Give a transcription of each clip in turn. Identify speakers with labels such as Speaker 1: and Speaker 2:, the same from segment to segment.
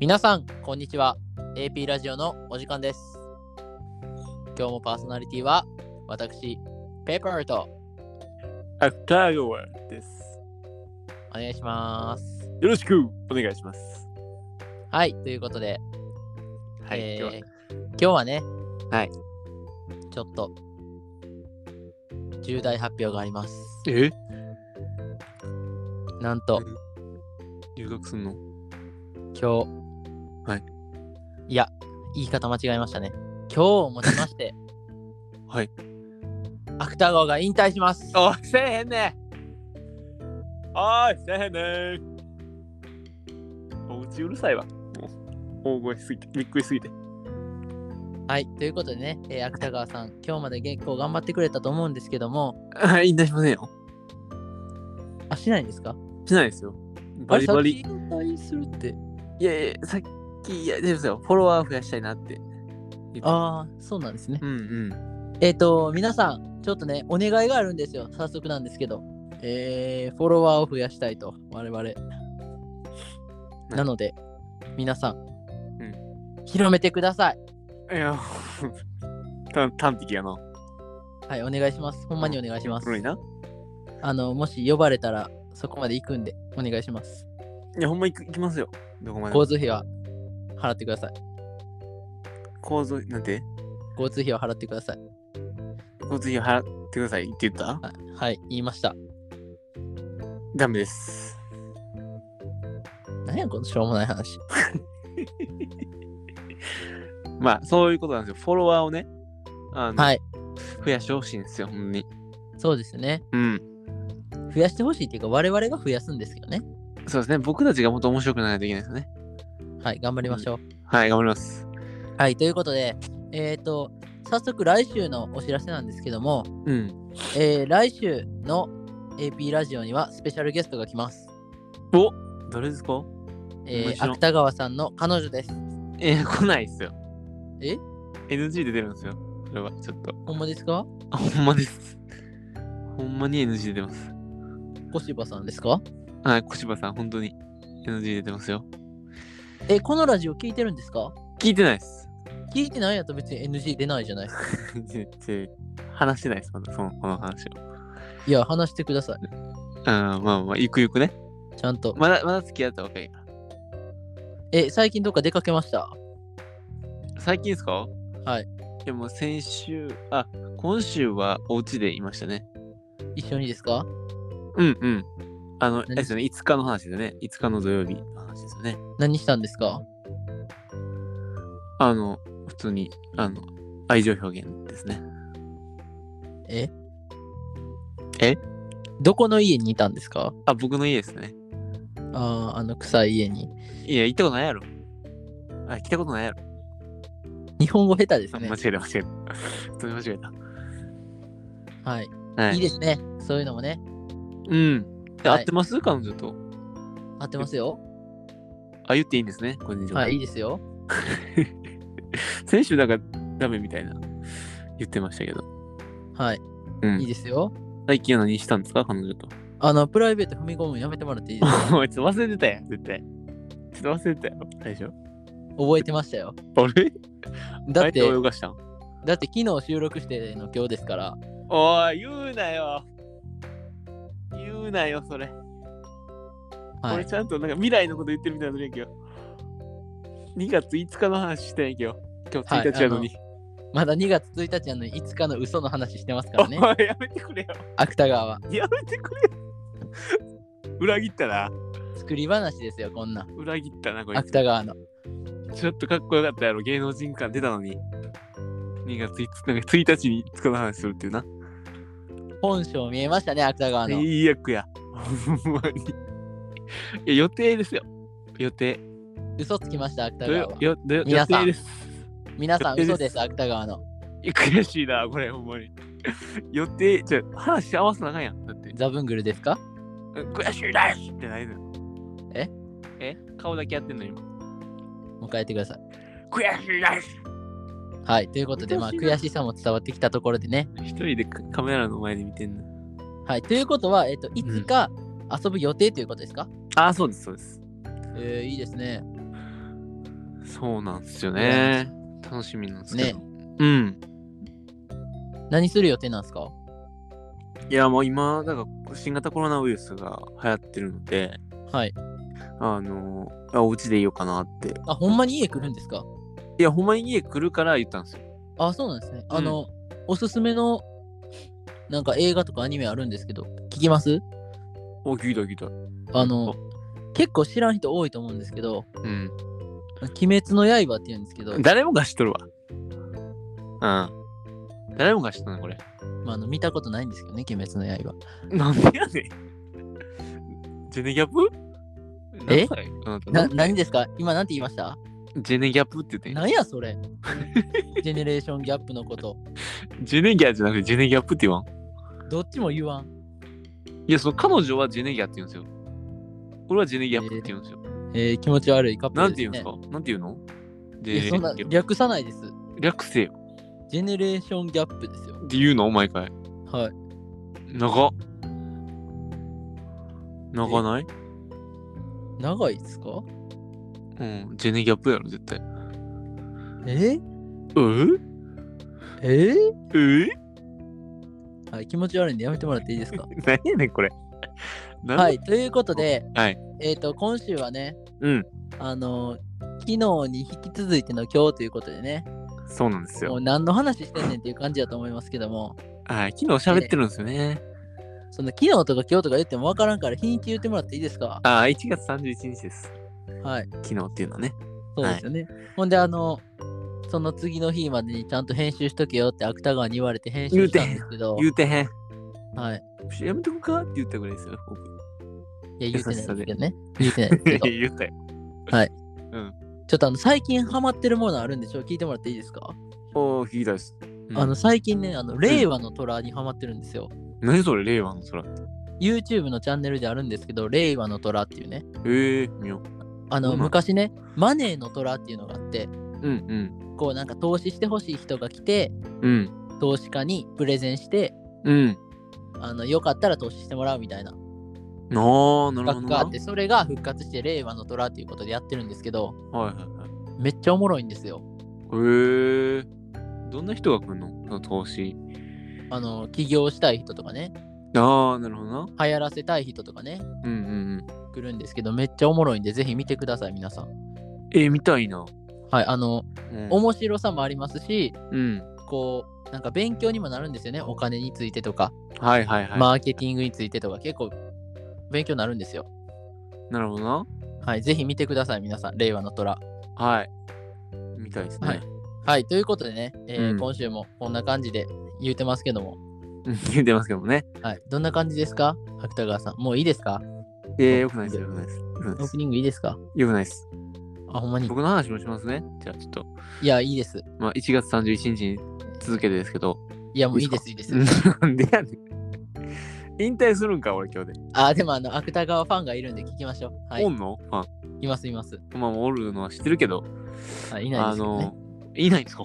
Speaker 1: 皆さんこんにちは AP ラジオのお時間です今日もパーソナリティは私ペーパーと
Speaker 2: アクターヨアです。
Speaker 1: お願いします
Speaker 2: よろしくお願いします。
Speaker 1: はいということで、
Speaker 2: はい、
Speaker 1: えー今
Speaker 2: 今日は
Speaker 1: 日はね
Speaker 2: はい
Speaker 1: ちょっと重大発表があります
Speaker 2: え
Speaker 1: なんと
Speaker 2: 留学すんの
Speaker 1: 今日
Speaker 2: はい
Speaker 1: いや言い方間違えましたね今日をもちまして
Speaker 2: はい
Speaker 1: 芥川が引退します
Speaker 2: おい、せえへんねおい、せえへんねおうちうるさいわ。もう大声すぎて、びっくりすぎて。
Speaker 1: はい、ということでね、えー芥川さん、今日まで結構頑張ってくれたと思うんですけども、
Speaker 2: はい、引退しませんよ。
Speaker 1: あ、しないんですか
Speaker 2: しないですよ。バリバリ。
Speaker 1: あれ先引退するって。
Speaker 2: いやいや、さっき、いや、ですよ。フォロワー増やしたいなって。
Speaker 1: ああ、そうなんですね。
Speaker 2: うんうん。
Speaker 1: えっ、と、皆さん、ちょっとね、お願いがあるんですよ。早速なんですけど。えー、フォロワーを増やしたいと、我々。なので、皆さん、広めてください。
Speaker 2: いや、 た端的やな。
Speaker 1: はい、お願いします。ほんまにお願いします。
Speaker 2: 古いな。
Speaker 1: あの、もし呼ばれたら、そこまで行くんで、お願いします。
Speaker 2: いや、ほんま行く行きますよ。どこまでも
Speaker 1: 交。通費は払ってください。
Speaker 2: 構造、なんて
Speaker 1: 交通費は払ってください。
Speaker 2: 交通費払ってくださいって言った
Speaker 1: あはい、言いました。
Speaker 2: ダメです。
Speaker 1: 何やこのしょうもない話。
Speaker 2: まあ、そういうことなんですよ。フォロワーをね、あの、
Speaker 1: はい、
Speaker 2: 増やしてほしいんですよ、ほんまに。
Speaker 1: そうですね。
Speaker 2: うん。
Speaker 1: 増やしてほしいっていうか、我々が増やすんですけどね。
Speaker 2: そうですね。僕たちがもっと面白くならないといけないですよね。
Speaker 1: はい、頑張りましょう。
Speaker 2: はい、頑張ります。
Speaker 1: はい、ということで、えっ、と、早速来週のお知らせなんですけども、
Speaker 2: うん。
Speaker 1: えー来週の AP ラジオにはスペシャルゲストが来ます。
Speaker 2: お誰ですか
Speaker 1: え
Speaker 2: もち
Speaker 1: ー、
Speaker 2: ろん
Speaker 1: 芥川さんの彼女です。
Speaker 2: えー、来ないですよ。
Speaker 1: え
Speaker 2: ?NG で出るんですよ。それは、ちょっと。
Speaker 1: ほんまですか
Speaker 2: あ、ほんまです。ほんまに NG で出ます。
Speaker 1: 小芝さんですか
Speaker 2: はい、小芝さん、本当に NG で出ますよ。
Speaker 1: えこのラジオ聞いてるんですか
Speaker 2: 聞いてないです。
Speaker 1: 聞いてないやと別に NG 出ないじゃない。
Speaker 2: 全然話してないです、まだ、その、この話を。
Speaker 1: いや、話してください。
Speaker 2: うん、まあまあ、ゆくゆくね。
Speaker 1: ちゃんと。
Speaker 2: まだ、まだ付き合ったわけやから。
Speaker 1: え、最近どっか出かけました
Speaker 2: 最近ですか
Speaker 1: はい。
Speaker 2: でも先週、あ、今週はお家でいましたね。
Speaker 1: 一緒にですか
Speaker 2: うんうん。あの、あ
Speaker 1: 何
Speaker 2: れですよね、5日の話でね、5日の土曜日の話ですよね。
Speaker 1: 何したんですか
Speaker 2: あの、普通に、あの、愛情表現ですね。
Speaker 1: え
Speaker 2: え
Speaker 1: どこの家にいたんですか
Speaker 2: あ、僕の家ですね。
Speaker 1: ああ、あの臭い家に。
Speaker 2: いや、行ったことないやろ。あ、来たことないやろ。
Speaker 1: 日本語下手です
Speaker 2: あ
Speaker 1: ね
Speaker 2: 間。違えた、間違 えた。普通に間違え
Speaker 1: はい。
Speaker 2: た。はい
Speaker 1: い
Speaker 2: い。
Speaker 1: ですね。そういうのもね。
Speaker 2: うん。で
Speaker 1: はい
Speaker 2: 合ってます彼女と。
Speaker 1: 合ってますよ。
Speaker 2: あ、言っていいんですね、個人情報。
Speaker 1: はい、いいですよ。
Speaker 2: 先週なんかダメみたいな言ってましたけど。
Speaker 1: はい。
Speaker 2: うん
Speaker 1: いいですよ。
Speaker 2: 最近は何したんですか彼女と。
Speaker 1: あの、プライベート踏み込むのやめてもらっていいです か
Speaker 2: おい、ちょっと忘れてたやん、絶対。ちょっと忘れてたやろ、最初。
Speaker 1: 覚えてましたよ。
Speaker 2: あれ
Speaker 1: だって、
Speaker 2: 相手泳がしたん
Speaker 1: だって昨日収録しての今日ですから。
Speaker 2: おい、言うなよ。言うなよ、それ。
Speaker 1: は
Speaker 2: 俺
Speaker 1: い。
Speaker 2: ちゃんとなんか未来のこと言ってるみたいなのやけど。2月5日の話してんやけど。今日1日やのに。
Speaker 1: まだ2月1日なのに5日の嘘の話してますか
Speaker 2: お
Speaker 1: ら
Speaker 2: い
Speaker 1: ね。
Speaker 2: やめてくれよ。
Speaker 1: 芥川は。
Speaker 2: やめてくれよ。裏切ったな。
Speaker 1: 作り話ですよ、こんなん。
Speaker 2: 裏切ったな、これ。
Speaker 1: 芥川の。
Speaker 2: ちょっとかっこよかったやろ、芸能人感出たのに。2月1なんか1日に5日の話するっていうな。
Speaker 1: 本性見えましたね、芥川の。
Speaker 2: 最悪や。ほんまに。いや、予定ですよ。予定。
Speaker 1: 嘘つきました、芥
Speaker 2: ど
Speaker 1: 川
Speaker 2: よ
Speaker 1: は。
Speaker 2: よどよ
Speaker 1: 皆
Speaker 2: 予
Speaker 1: さん
Speaker 2: 定です。
Speaker 1: 皆さん、
Speaker 2: 予定です
Speaker 1: 嘘です、芥川の。
Speaker 2: いや悔しいな、これ、ほんまに。予定、じゃあ話合わせなあかんやん。だって、
Speaker 1: ザブングルですか
Speaker 2: うん悔しいですってないのよ。
Speaker 1: え
Speaker 2: え顔だけやってんの今。
Speaker 1: もう変えてください。
Speaker 2: 悔しいです
Speaker 1: はい、ということで、まあ、
Speaker 2: 難しいな
Speaker 1: 悔しさも伝わってきたところでね。
Speaker 2: 一人でカカメラの前で見てんの。
Speaker 1: はい、ということは、えっ、と、いつか遊ぶ予定ということですか、
Speaker 2: ああ、そうです、そうです。
Speaker 1: えー、いいですね。
Speaker 2: そうなんですよね。楽しみなんですけど。うん。
Speaker 1: 何する予定なんですか
Speaker 2: いや、もう今、だから新型コロナウイルスが流行ってるので、
Speaker 1: はい。
Speaker 2: あの、あお家でいようかなって。
Speaker 1: あ、ほんまに家来るんですか
Speaker 2: いや、ほんまに家来るから言ったんですよ。
Speaker 1: あ、そうなんですね。
Speaker 2: うん
Speaker 1: あの、おすすめの、なんか映画とかアニメあるんですけど、聞きます
Speaker 2: お、聞いた聞いた。う
Speaker 1: あの、結構知らん人多いと思うんですけど、
Speaker 2: ん。
Speaker 1: 鬼滅の刃って言うんですけど、
Speaker 2: 誰もが知っとるわ。うん。誰もが知っとるね、これ。
Speaker 1: まあ、あの見たことないんですけどね、鬼滅の刃。
Speaker 2: なんでやねん。ジェネギャップ
Speaker 1: え
Speaker 2: 何歳あなた
Speaker 1: な、何ですか今なんて言いました
Speaker 2: ジェネギャップって言ってん
Speaker 1: 何や それジェネレーションギャップのこと。
Speaker 2: ジェネギャじゃなくてジェネギャップって言わん。
Speaker 1: どっちも言わん。
Speaker 2: いや、その彼女はジェネギャって言うんですよ。俺はジェネギャップって言うんですよ。
Speaker 1: えー、気持ち悪いカップ
Speaker 2: な
Speaker 1: ル
Speaker 2: んて
Speaker 1: です、ね。
Speaker 2: 言うんですかなんて言うのジ
Speaker 1: いや、そんな
Speaker 2: ェネギャッ
Speaker 1: 略さないです。
Speaker 2: プ。略せよ。
Speaker 1: ジェネレーションギャップですよ。
Speaker 2: って言うの毎回。
Speaker 1: はい。
Speaker 2: 長っ。長ない
Speaker 1: 長いですか
Speaker 2: うん。ジェネギャップやろ、絶対。
Speaker 1: え
Speaker 2: えー、
Speaker 1: えー
Speaker 2: えー、
Speaker 1: はい、気持ち悪いんでやめてもらっていいですか
Speaker 2: 何やねん、これ。。
Speaker 1: はいい、ということで、
Speaker 2: はい
Speaker 1: えっ、と、今週はね、
Speaker 2: うん。
Speaker 1: あのー昨日に引き続いての今日ということでね、
Speaker 2: そうなんです
Speaker 1: も
Speaker 2: よ
Speaker 1: う。何の話してんねんっていう感じだと思いますけども、
Speaker 2: はい。昨日喋ってるんですよね。
Speaker 1: その昨日とか今日とか言っても分からんから、日にち言ってもらっていいですか
Speaker 2: ああ、1月31日です。
Speaker 1: はい。
Speaker 2: 昨日っていうのはね。
Speaker 1: そうですよね。ほんで、あの、その次の日までにちゃんと編集しとけよって芥川に言われて編集したんですけど、
Speaker 2: 言うてへん。
Speaker 1: はい。
Speaker 2: やめとくかって言ったぐらいです よ。僕
Speaker 1: いや、言うてないで
Speaker 2: 優し
Speaker 1: す
Speaker 2: さで
Speaker 1: けどね。言うてない ですけど。
Speaker 2: 言ったよ。
Speaker 1: ちょっとあの、最近ハマってるものあるんでしょう聞いてもらっていいですか、
Speaker 2: おー、聞きたいです。うん
Speaker 1: あの、最近ね、あの、令和の虎にハマってるんですよ。
Speaker 2: 何それ、令和の空。
Speaker 1: YouTube のチャンネルであるんですけど、令和の虎っていうね、
Speaker 2: ええー、見よう。
Speaker 1: あの、
Speaker 2: うん
Speaker 1: 昔ね、マネーの虎っていうのがあって、
Speaker 2: うん
Speaker 1: こうなんか投資してほしい人が来て、
Speaker 2: うん。うん。
Speaker 1: 投資家にプレゼンして、
Speaker 2: うん。
Speaker 1: あの、よかったら投資してもらうみたいな。
Speaker 2: あー、なるほど
Speaker 1: 学
Speaker 2: な。
Speaker 1: があっ
Speaker 2: はい
Speaker 1: てそれが復活して令和の虎っていうことでやってるんですけど
Speaker 2: はいはい。
Speaker 1: めっちゃおもろいんですよ
Speaker 2: えー。どんな人が来るのその投資。
Speaker 1: あの起業したい人とかね
Speaker 2: あー、なるほどな。
Speaker 1: 流行らせたい人とかね
Speaker 2: うんうんうん。
Speaker 1: 来るんですけどめっちゃおもろいんでぜひ見てください皆さん
Speaker 2: えー、見たいな。
Speaker 1: はいあの
Speaker 2: うん。
Speaker 1: 面白さもありますし
Speaker 2: うん。
Speaker 1: こうなんか勉強にもなるんですよねお金についてとか
Speaker 2: はいはいはい。
Speaker 1: マーケティングについてとか結構勉強になるんですよ
Speaker 2: なるほどな。
Speaker 1: はいぜひ見てください皆さん令和の虎
Speaker 2: はい。見たいですね。
Speaker 1: はいはいということでね、えー
Speaker 2: うん
Speaker 1: 今週もこんな感じで言うてますけども
Speaker 2: うん言ってますけどもね。
Speaker 1: はいどんな感じですか芥川さんもういいですか
Speaker 2: えー、よくないですよ。よくないです。よく
Speaker 1: オ
Speaker 2: ない
Speaker 1: ー
Speaker 2: で
Speaker 1: プ
Speaker 2: す。
Speaker 1: ニングいいですか
Speaker 2: よくないです。
Speaker 1: あ、ほんまに。
Speaker 2: 僕の話もしますね。じゃあちょっと、
Speaker 1: いや、いいです。
Speaker 2: まあ、1月31日に続けてですけど、
Speaker 1: いや、もうい
Speaker 2: い
Speaker 1: い
Speaker 2: い
Speaker 1: で、
Speaker 2: です
Speaker 1: いいです。
Speaker 2: なんでやねん。引退するんか、俺今日で。
Speaker 1: あ、でも、あの、芥川ファンがいるんで聞きましょう。はい
Speaker 2: お。んのファ
Speaker 1: います、います。
Speaker 2: ン。まあ、おるのは知ってるけど、
Speaker 1: はい、いないですけどね。
Speaker 2: あの、いないんですか、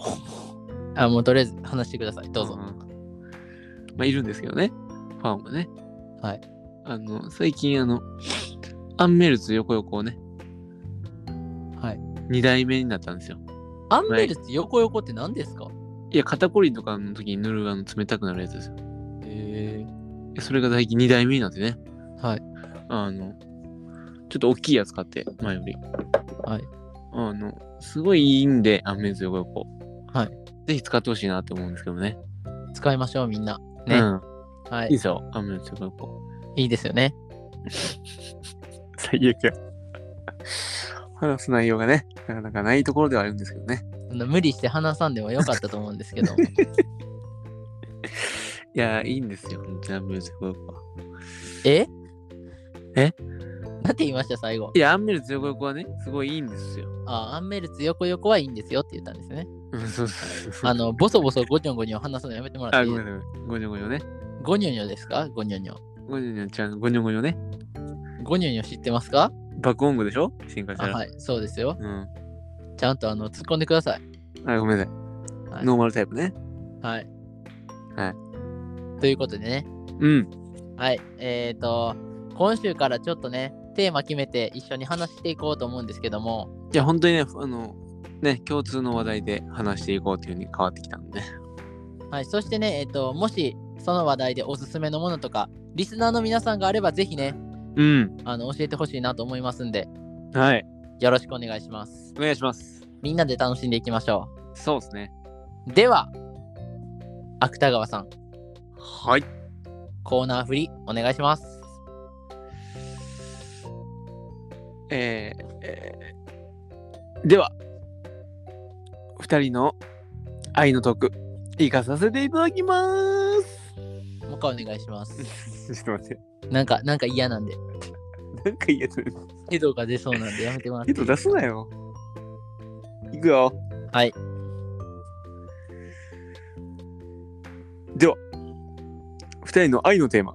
Speaker 1: あ、もうとりあえず話してください。どうぞ
Speaker 2: ん。まあ、いるんですけどね、ファンはね。
Speaker 1: はい。
Speaker 2: あの、最近、あの、アンメルツ横横をね、
Speaker 1: はい。
Speaker 2: 2代目になったんですよ。
Speaker 1: アンベルツ横横って何ですか
Speaker 2: いや、肩こりとかの時に塗るあの冷たくなるやつですよ。
Speaker 1: え
Speaker 2: それが最近2代目になってね。
Speaker 1: はい。
Speaker 2: あの、ちょっと大きいやつ買って、前より。
Speaker 1: はい。
Speaker 2: あの、すごいいいんで、アンメンズ横横。
Speaker 1: はい。
Speaker 2: ぜひ使ってほしいなって思うんですけどね。
Speaker 1: 使いましょう、みんな。ね
Speaker 2: うん、
Speaker 1: はい
Speaker 2: いい
Speaker 1: い。
Speaker 2: ですよ、アンメンズ横横。
Speaker 1: いいですよね。
Speaker 2: 最悪や。話す内容がね、なかなかないところではあるんですけどね。
Speaker 1: そんな無理して話さんでもよかったと思うんですけ ど。
Speaker 2: いや、いいんですよ、本当にアンメンズ横横は。
Speaker 1: え
Speaker 2: え
Speaker 1: なんて言いました、最後
Speaker 2: い。や、アンメルズ横横はね、すごいいいんですよ。
Speaker 1: あ、アンベルツ横横はいいんですよって言ったんですね。
Speaker 2: うん、そうそうそう。
Speaker 1: あの、ボソボソゴニョゴニョ話すのやめてもらっ
Speaker 2: あ、
Speaker 1: てい
Speaker 2: ご
Speaker 1: い
Speaker 2: めんなさい。ごにょごにょね。
Speaker 1: ゴニョニョですかゴニョニョ。
Speaker 2: ごにょごにょちゃん、ごにょごにょね。
Speaker 1: ゴニョニョ知ってますか
Speaker 2: 爆音具でしょ進化し
Speaker 1: あ
Speaker 2: たら。
Speaker 1: はい、そうですよ。
Speaker 2: うん。
Speaker 1: ちゃんとあの突っ込んでください。
Speaker 2: あ、ごめんなさい。
Speaker 1: はい
Speaker 2: ノーマルタイプね。
Speaker 1: はい。。
Speaker 2: はい
Speaker 1: ということでね、
Speaker 2: うん。
Speaker 1: はい。えっ、ー、と、今週からちょっとね、テーマ決めて一緒に話していこうと思うんですけども、
Speaker 2: いや、本当にね、あの、ね、共通の話題で話していこうというふうに変わってきたんでね。
Speaker 1: はい、そしてね、えっ、と、もしその話題でおすすめのものとか、リスナーの皆さんがあれば、ぜひね、
Speaker 2: うん。
Speaker 1: あの教えてほしいなと思いますんで、
Speaker 2: はい。
Speaker 1: よろしくお願いします。
Speaker 2: お願いします。
Speaker 1: みんなで楽しんでいきましょ
Speaker 2: そうですね。
Speaker 1: う。では、芥川さん、
Speaker 2: はい。
Speaker 1: コーナー振り、お願いします。
Speaker 2: えーえーでは、二人の愛のトーク、行かさせていただきます。
Speaker 1: もう一回お願いします。
Speaker 2: ちょっと待って。
Speaker 1: なんか、なんか嫌なんで、
Speaker 2: なんかいいやつ。
Speaker 1: ヘドが出そうなんでやめてもらっ
Speaker 2: ヘ
Speaker 1: て。
Speaker 2: ッド出すなよ。いくよ。
Speaker 1: はい。
Speaker 2: では、二人の愛のテーマ。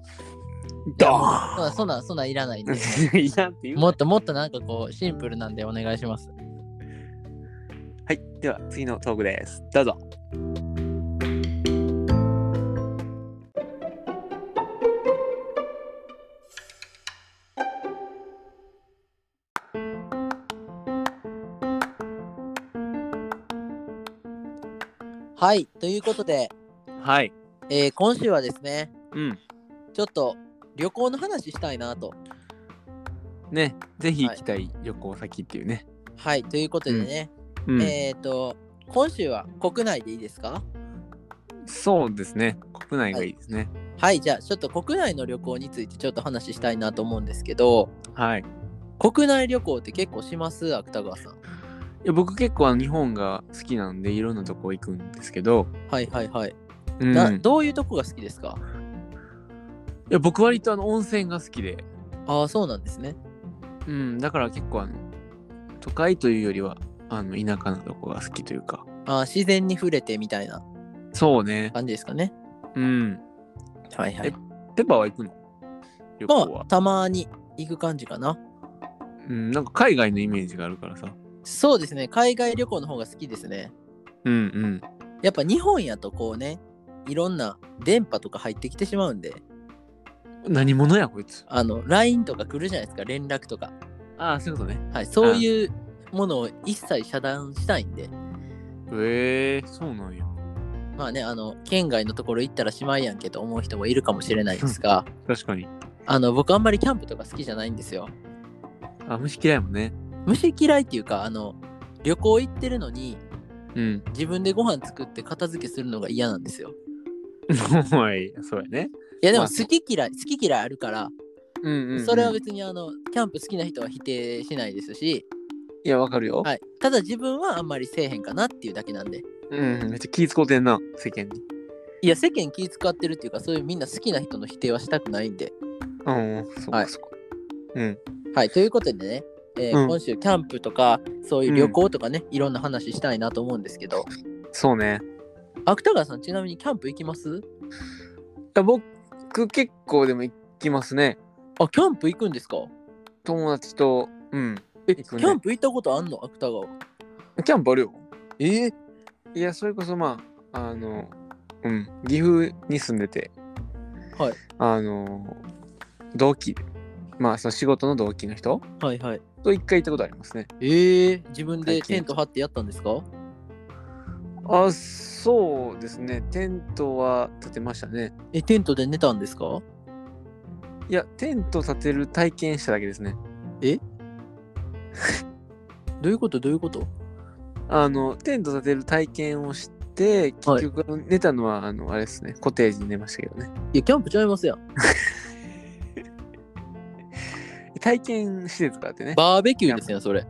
Speaker 1: いや
Speaker 2: ドーン
Speaker 1: もうそんな、そんな、そんなんいらないんで。
Speaker 2: いらんって言うな
Speaker 1: もっともっとなんかこう、シンプルなんでお願いします。
Speaker 2: はい、では次のトークです。どうぞ。
Speaker 1: はい、ということで、
Speaker 2: はい。
Speaker 1: えー今週はですね、
Speaker 2: うん。
Speaker 1: ちょっと旅行の話したいなと。
Speaker 2: ね、ぜひ行きたい旅行先っていうね。
Speaker 1: はい、ということでね、
Speaker 2: うん
Speaker 1: えっ、と、今週は国内でいいですか
Speaker 2: そうですね。国内がいいですね。
Speaker 1: はい、じゃあちょっと国内の旅行についてちょっと話したいなと思うんですけど、
Speaker 2: はい。い
Speaker 1: 国内旅行って結構します芥川さん。
Speaker 2: や僕結構あの日本が好きなんでいろんなとこ行くんですけど、
Speaker 1: はいはいはい。
Speaker 2: うん、
Speaker 1: だ
Speaker 2: い
Speaker 1: どういうとこが好きですか
Speaker 2: や僕割とあの温泉が好きで、
Speaker 1: ああ、そうなんですね。
Speaker 2: うん、だから結構あの都会というよりはあの田舎のとこが好きというか。
Speaker 1: あー自然に触れてみたいな
Speaker 2: そうね。
Speaker 1: 感じですかね。
Speaker 2: うん。。
Speaker 1: はいはい
Speaker 2: ペッパーは行くの旅行
Speaker 1: ま
Speaker 2: は
Speaker 1: あ、、たまに行く感じかな。
Speaker 2: うん。なんか海外のイメージがあるからさ。
Speaker 1: そうですね、海外旅行の方が好きですね。
Speaker 2: うんうん。
Speaker 1: やっぱ日本やとこうね、いろんな電波とか入ってきてしまうんで、
Speaker 2: 何者やこいつ
Speaker 1: あの、LINE とか来るじゃないですか、連絡とか。
Speaker 2: ああそういうことね
Speaker 1: はい、そういうものを一切遮断したいんで、
Speaker 2: へえそうなんや
Speaker 1: まあね、あの、県外のところ行ったらしまいやんけと思う人もいるかもしれないですが、
Speaker 2: 確かに
Speaker 1: あの、僕あんまりキャンプとか好きじゃないんですよ。
Speaker 2: あ虫嫌いもんね
Speaker 1: 虫嫌いっていうか、あの、旅行行ってるのに、
Speaker 2: うん
Speaker 1: 自分でご飯作って片付けするのが嫌なんですよ。
Speaker 2: おいそうやね
Speaker 1: いやでも
Speaker 2: まあ
Speaker 1: 好き嫌い、好き嫌いあるから、
Speaker 2: うんうん、
Speaker 1: それは別にあの、キャンプ好きな人は否定しないですし、
Speaker 2: いやわかるよ、
Speaker 1: はい、ただ自分はあんまりせえへんかなっていうだけなんで。
Speaker 2: うんめっちゃ気使うてんな世間に
Speaker 1: いや、世間気使ってるっていうか、そういうみんな好きな人の否定はしたくないんで。
Speaker 2: うんそう
Speaker 1: はい
Speaker 2: かそうかうん
Speaker 1: はい、ということでね、えー
Speaker 2: うん
Speaker 1: 今週キャンプとか、そういう旅行とかね、いろんな話したいなと思うんですけど、
Speaker 2: そうね
Speaker 1: 芥川さん、ちなみにキャンプ行きます
Speaker 2: いや僕結構でも行きますね
Speaker 1: あ、キャンプ行くんですか
Speaker 2: 友達とうん
Speaker 1: え、
Speaker 2: 行
Speaker 1: キ
Speaker 2: くね
Speaker 1: ャンプ行ったことあんの芥川。
Speaker 2: キャンプあるよ
Speaker 1: え
Speaker 2: いやそれこそまああのうん岐阜に住んでて
Speaker 1: はい
Speaker 2: あの同期まあその仕事の同期の人
Speaker 1: はいはい。
Speaker 2: と一回行ったことありますね。
Speaker 1: えー、自分で
Speaker 2: 最近
Speaker 1: テント張ってやったんですか
Speaker 2: あ、そうですね。テントは建てましたね。
Speaker 1: え、テントで寝たんですか
Speaker 2: いや、テント建てる体験しただけですね。
Speaker 1: どういうことどういうこと
Speaker 2: あの、テント建てる体験をして、
Speaker 1: はい
Speaker 2: 結局、寝たのは、あの、あれですね、コテージに寝ましたけどね。
Speaker 1: いや、キャンプちゃいますやん。
Speaker 2: 体験施設があってね。
Speaker 1: バーベキューですやん、それ。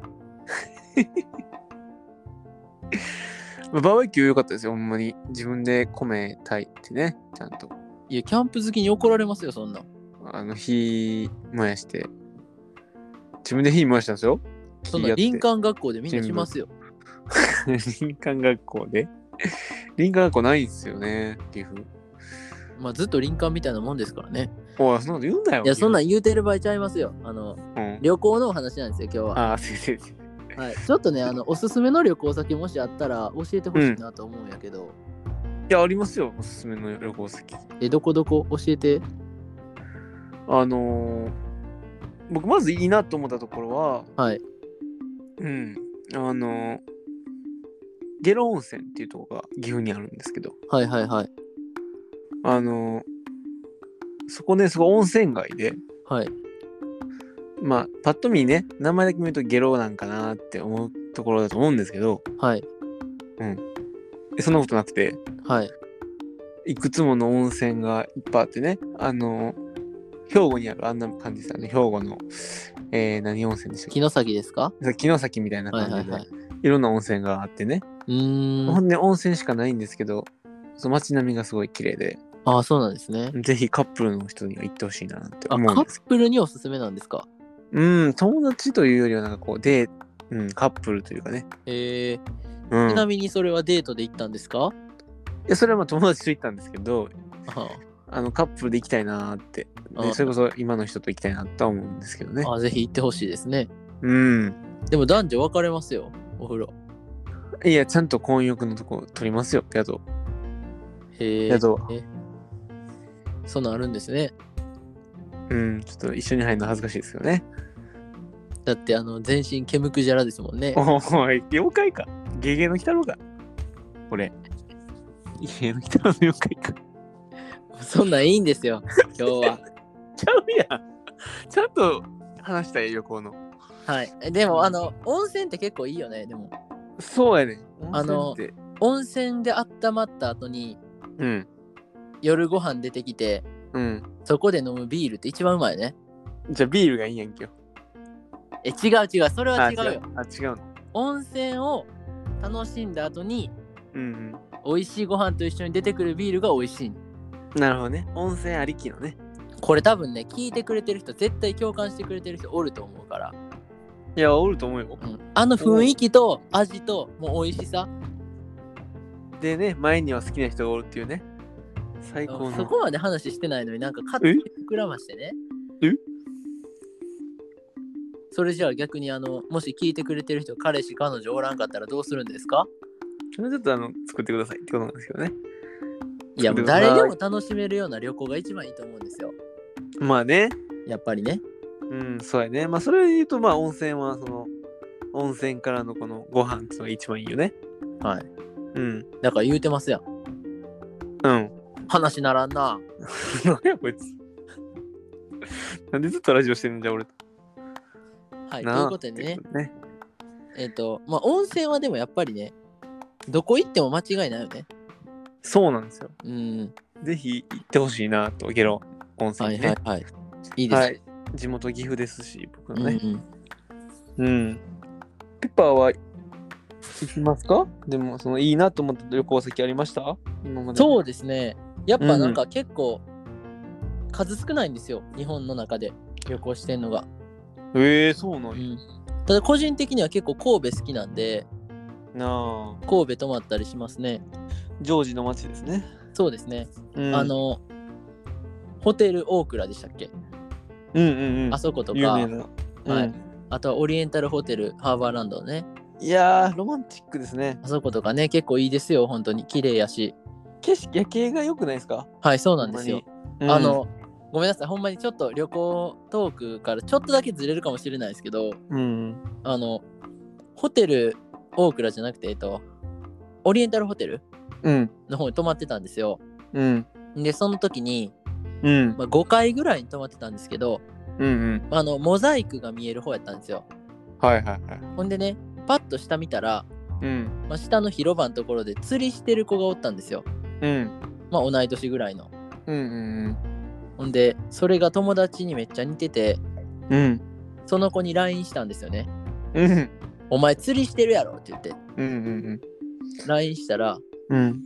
Speaker 2: まあバーベキュー良かったですよ、ほんまに。自分で米炊いてね、ちゃんと。
Speaker 1: いや、キャンプ好きに怒られますよ、そんなん。
Speaker 2: あの、火燃やして。自分で火燃やしたんですよ。
Speaker 1: そんな
Speaker 2: 木やって
Speaker 1: 林間学校でみんなしますよ。
Speaker 2: 林間学校で。林間学校ないんですよね、岐阜。
Speaker 1: まあずっと林間みたいなもんですからね。
Speaker 2: おい、そんなこと言うんだよ。
Speaker 1: いや、そんなん言うてる場合ちゃいますよ。あの、
Speaker 2: うん、
Speaker 1: 旅行のお話なんですよ、今日は。
Speaker 2: ああ、先生。
Speaker 1: はい、ちょっとね、あの、おすすめの旅行先もしあったら教えてほしいなと思うんやけど、
Speaker 2: いや、ありますよ、おすすめの旅行先。
Speaker 1: え、どこどこ教えて。
Speaker 2: あのー僕、まずいいなと思ったところは、
Speaker 1: はい。
Speaker 2: うん、あのー下呂温泉っていうとこが岐阜にあるんですけど、
Speaker 1: はいはいはい。
Speaker 2: あの、そこね、すごい温泉街で、
Speaker 1: はい。
Speaker 2: まあ、パッと見ね、名前だけ見ると下呂なんかなって思うところだと思うんですけど、
Speaker 1: はい。
Speaker 2: そんなことなくて、
Speaker 1: はい。
Speaker 2: いくつもの温泉がいっぱいあってね、あの、兵庫にあるあんな感じですよね、兵庫の、えー、何温泉でしたっけ
Speaker 1: 城崎ですか
Speaker 2: さ城崎みたいな
Speaker 1: は
Speaker 2: 感
Speaker 1: い
Speaker 2: じで、
Speaker 1: はいいはい。
Speaker 2: ろんな温泉があってね、
Speaker 1: うー
Speaker 2: ほ
Speaker 1: ん。
Speaker 2: んで温泉しかないんですけど、その街並みがすごい綺麗で、
Speaker 1: ああ、そうなんですね。
Speaker 2: ぜひカップルの人には行ってほしいなって
Speaker 1: あ、カ
Speaker 2: 思うんです
Speaker 1: ップルにおすすめなんですか
Speaker 2: うん、友達というよりはなんかこう、で、うん、カップルというかね。
Speaker 1: えー、
Speaker 2: うん。
Speaker 1: ち
Speaker 2: い
Speaker 1: なみにそれはデートで行ったんですか、
Speaker 2: や、それはまあ友達と行ったんですけど、
Speaker 1: あ
Speaker 2: あの、カップルで行きたいなーって。
Speaker 1: あ
Speaker 2: で、それこそ今の人と行きたいなとは思うんですけどね。
Speaker 1: あ、ぜひ行ってほしいですね。
Speaker 2: うん。
Speaker 1: でも男女分かれますよ、お風呂。
Speaker 2: いや、ちゃんと婚浴のとこ取りますよ、宿。
Speaker 1: へえ。
Speaker 2: 宿は。
Speaker 1: そんなんあるんですね。
Speaker 2: うん、ちょっと一緒に入るの恥ずかしいですよね。
Speaker 1: だって、あの、全身毛むくじゃらですもんね。
Speaker 2: おい、妖怪か。ゲゲの鬼太郎か。これ。ゲゲの鬼太郎の妖怪か。
Speaker 1: そんなんいいんですよ、今日は。
Speaker 2: ちゃうやん。ちゃんと話したい旅行の。
Speaker 1: はい。えでも、あの、温泉って結構いいよね、でも。
Speaker 2: そうやね。
Speaker 1: あの
Speaker 2: 温泉って
Speaker 1: 温泉で温まった後に、
Speaker 2: うん。
Speaker 1: 夜ご飯出てきて、
Speaker 2: うん。
Speaker 1: そこで飲むビールって一番うまいね。
Speaker 2: じゃあビールがいいやんけよ。
Speaker 1: え、違う違う、それは違うよ。。
Speaker 2: あ、違うの。
Speaker 1: 温泉を楽しんだ後に、
Speaker 2: うん、
Speaker 1: 美味しいご飯と一緒に出てくるビールが美味しい。
Speaker 2: うん。なるほどね。温泉ありきのね。
Speaker 1: これ多分ね、聞いてくれてる人、絶対共感してくれてる人おると思うから。
Speaker 2: いや、おると思うよ
Speaker 1: う。ん、あの雰囲気と味と、もう美味しさ。
Speaker 2: でね、前には好きな人がおるっていうね。最高の。
Speaker 1: そこまで話してないのになんか勝手に膨らましてね。
Speaker 2: え
Speaker 1: それじゃあ逆にあの、もし聞いてくれてる人、彼氏、彼女おらんかったらどうするんですか
Speaker 2: それちょっとあの、作ってくださいってことなんですけどね。
Speaker 1: いや、も
Speaker 2: 作
Speaker 1: う
Speaker 2: ってください
Speaker 1: 誰でも楽しめるような旅行が一番いいと思うんですよ。
Speaker 2: まあね。
Speaker 1: やっぱりね。
Speaker 2: うん、そうやね。まあ、それで言うと、まあ、温泉は、その、温泉からのこのご飯っていうのが一番いいよね。
Speaker 1: はい。
Speaker 2: うん。
Speaker 1: だから言うてますやん。
Speaker 2: うん。
Speaker 1: 話ならんな。
Speaker 2: 何や、こいつ。なんでずっとラジオしてんのじゃあ、俺と。
Speaker 1: はい。と
Speaker 2: なあ
Speaker 1: いうことでね
Speaker 2: って、ことね。
Speaker 1: えっ、と、まあ、温泉はでもやっぱりね、どこ行っても間違いないよね。
Speaker 2: そうなんですよ。
Speaker 1: うん。
Speaker 2: ぜひ行ってほしいなと、ゲロ温泉
Speaker 1: は
Speaker 2: に
Speaker 1: い
Speaker 2: ね。
Speaker 1: はいはい。いいです。
Speaker 2: はい。地元岐阜ですし、僕
Speaker 1: う
Speaker 2: の
Speaker 1: ん
Speaker 2: ね。
Speaker 1: うん、
Speaker 2: うん。ペッパーは行きますかでも、そのいいなと思った旅行先ありました今まで。。
Speaker 1: そううですね。やっぱなんか結構数少ないんですよ、日本の中で旅行してんのが。
Speaker 2: ええそうな
Speaker 1: うん
Speaker 2: や。
Speaker 1: ん、ただ個人的には結構神戸好きなんで、
Speaker 2: なあ。
Speaker 1: 神戸泊まったりしますね。
Speaker 2: ジョージの街ですね。
Speaker 1: そうですね。
Speaker 2: うん
Speaker 1: あ、の、ホテルオークラでしたっけ、
Speaker 2: うんうんうん。
Speaker 1: あそこと
Speaker 2: 有
Speaker 1: か、
Speaker 2: 名な。
Speaker 1: は
Speaker 2: はいい。
Speaker 1: あとはオリエンタルホテルハーバーランドのね、
Speaker 2: いやー、ロマンチックですね。
Speaker 1: あそことかね、結構いいですよ、本当に。綺麗やし。
Speaker 2: 景色、夜景が良くないですか
Speaker 1: はい、そうなんですよ。。
Speaker 2: ほんまに
Speaker 1: あ、の、ごめんなさい、ほんまにちょっと旅行トークからちょっとだけずれるかもしれないですけど、
Speaker 2: うん。
Speaker 1: あの、ホテル、大倉じゃなくて、えっと、オリエンタルホテル
Speaker 2: うん。
Speaker 1: の方に泊まってたんですよ。
Speaker 2: うん。
Speaker 1: で、その時に、
Speaker 2: うん。
Speaker 1: まあ、5階ぐらいに泊まってたんですけど、
Speaker 2: うんうん。
Speaker 1: あの、モザイクが見える方やったんですよ。
Speaker 2: はいはいはい。
Speaker 1: ほんでね、パッと下見たら、
Speaker 2: うん。
Speaker 1: まあ、下の広場のところで釣りしてる子がおったんですよ。
Speaker 2: うん。
Speaker 1: まあ、同い年ぐらいの。
Speaker 2: うんうん
Speaker 1: ほんで、それが友達にめっちゃ似てて、
Speaker 2: うん。うん。
Speaker 1: その子に LINE したんですよね。
Speaker 2: うん。
Speaker 1: お前釣りしてるやろって言って、
Speaker 2: うんうん。
Speaker 1: LINE したら、
Speaker 2: うん。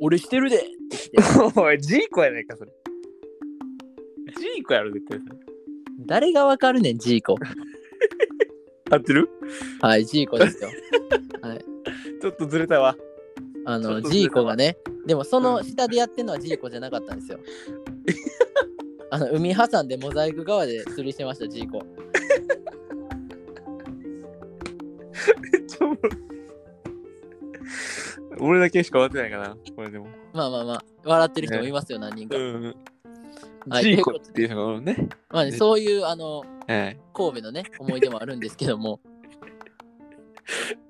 Speaker 1: 俺してるでって言って、
Speaker 2: おい、ジーコやないか、それ。ジーコやろ、絶対。
Speaker 1: 誰がわかるねん、ジーコ。
Speaker 2: 合ってる
Speaker 1: はい、ジーコですよ。
Speaker 2: ちょっとずれたわ。
Speaker 1: あ
Speaker 2: ちょ
Speaker 1: の、
Speaker 2: っと
Speaker 1: ジーコがね、でもそうの
Speaker 2: ん
Speaker 1: 下でやってるのはジーコじゃなかったんですよ。あの、海挟んでモザイク側で釣りしてました、ジーコ。
Speaker 2: めっちゃおもろい 俺だけしか笑ってないかな、これでも。
Speaker 1: まあまあまあ、笑ってる人もいますよ、何人か
Speaker 2: う。ん。
Speaker 1: はい
Speaker 2: ジーコっていうのがおるね。
Speaker 1: まあね、そういう、あの、
Speaker 2: はい。
Speaker 1: 神戸のね、思い出もあるんですけども、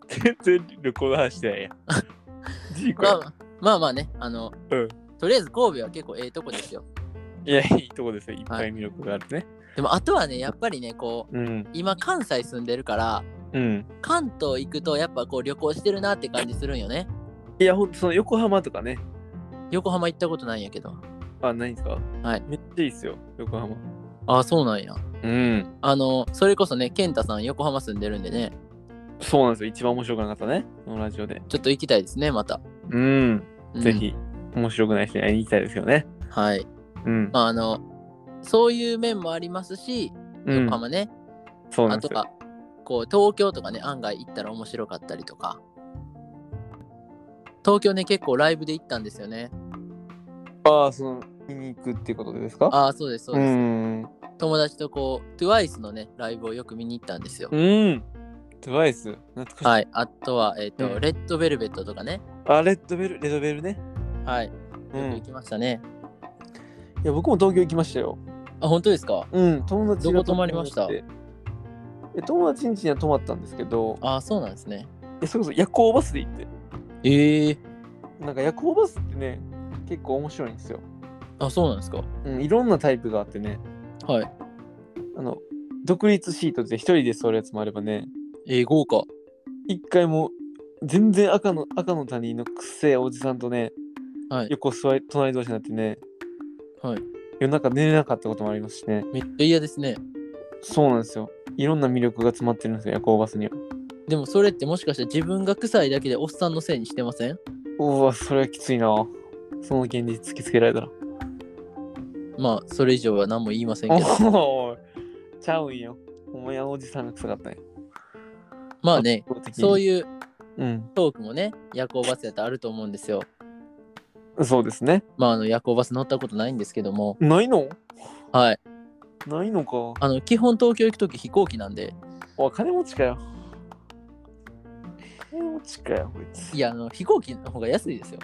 Speaker 2: 全然旅行の話してない や。ジーコ
Speaker 1: ま
Speaker 2: や
Speaker 1: あ、まあまあね、あの、
Speaker 2: うん
Speaker 1: とりあえず神戸は結構ええとこですよ。
Speaker 2: いや、いいとこですよ。いっぱ
Speaker 1: はい
Speaker 2: 魅力があるね。
Speaker 1: でもあとはね、やっぱりね、こう、
Speaker 2: うん。
Speaker 1: 今関西住んでるから、
Speaker 2: うん。
Speaker 1: 関東行くとやっぱこう旅行してるなって感じするんよね。
Speaker 2: いや、ほんと、その横浜とかね。
Speaker 1: 横浜行ったことないんやけど。
Speaker 2: あ、ないんですか
Speaker 1: はい。
Speaker 2: めっちゃいいっすよ、横浜。
Speaker 1: ああ、そうなんや。
Speaker 2: うん。
Speaker 1: あの、それこそね、健太さん横浜住んでるんでね、
Speaker 2: そうなんですよ。一番面白くなかったね。このラジオで。
Speaker 1: ちょっと行きたいですね、また。
Speaker 2: うん。
Speaker 1: うん
Speaker 2: ぜ。ひ、面白くない人に会いに行きたいですけどね。
Speaker 1: はい。
Speaker 2: うん。
Speaker 1: まあ、あの、そういう面もありますし、
Speaker 2: うん
Speaker 1: 横浜ね、
Speaker 2: そうな
Speaker 1: あ
Speaker 2: んで
Speaker 1: と
Speaker 2: すよ。
Speaker 1: は、こう、東京とかね、案外行ったら面白かったりとか。東京ね、結構ライブで行ったんですよね。
Speaker 2: ああ、その、見に行くってことですか
Speaker 1: ああ、そうです、そう
Speaker 2: う
Speaker 1: です。
Speaker 2: ん。
Speaker 1: 友達とこう、TWICE のね、ライブをよく見に行ったんですよ。
Speaker 2: うん。トゥワイス。懐かしい。
Speaker 1: はい。あとは、えっ、と、
Speaker 2: うん
Speaker 1: レッドベルベットとかね。
Speaker 2: あ、レッドベル、レッドベルね。
Speaker 1: はい。
Speaker 2: う
Speaker 1: よく
Speaker 2: ん。
Speaker 1: 行
Speaker 2: い
Speaker 1: きましたね。
Speaker 2: や、僕も東京行きましたよ。
Speaker 1: あ、本当ですか
Speaker 2: うん、友達が
Speaker 1: どこ泊まりました
Speaker 2: え友達ん家には泊まったんですけど、
Speaker 1: ああ、そうなんですね。
Speaker 2: えそれこそ夜行バスで行って。
Speaker 1: ええ
Speaker 2: なんか夜行バスってね、結構面白いんですよ。
Speaker 1: あ、そうなんですか。
Speaker 2: うん、いろんなタイプがあってね、
Speaker 1: はい。
Speaker 2: あの、独立シートで一人で座るやつもあればね、
Speaker 1: えー、豪華。
Speaker 2: 一回も全然赤の赤の他人のくせえおじさんとね、
Speaker 1: はい。
Speaker 2: 横座り隣同士になってね、
Speaker 1: はい。
Speaker 2: 夜中寝れなかったこともありますしね、
Speaker 1: めっちゃ嫌ですね。
Speaker 2: そうなんですよ。いろんな魅力が詰まってるんですよ、夜行バスには。
Speaker 1: でもそれってもしかして自分が臭いだけでおっさんのせいにしてません
Speaker 2: うわ、それはきついな。その現実突きつけられたら。
Speaker 1: まあ、それ以上は何も言いませんけど。
Speaker 2: おおちゃうんよ。お前はおじさんが臭かったんよ。
Speaker 1: まあね、そう
Speaker 2: い
Speaker 1: いう
Speaker 2: う。うん。
Speaker 1: トークもね、夜行バスやったらあると思うんですよ。
Speaker 2: そうですね。
Speaker 1: まあ、あの夜行バス乗ったことないんですけども、
Speaker 2: ないの
Speaker 1: はい。
Speaker 2: ないのか。
Speaker 1: あの、基本東京行くとき飛行機なんで、
Speaker 2: お金持ちかよ。金持ちかよ、こいつ。
Speaker 1: いや、あの、飛行機の方が安いですよ。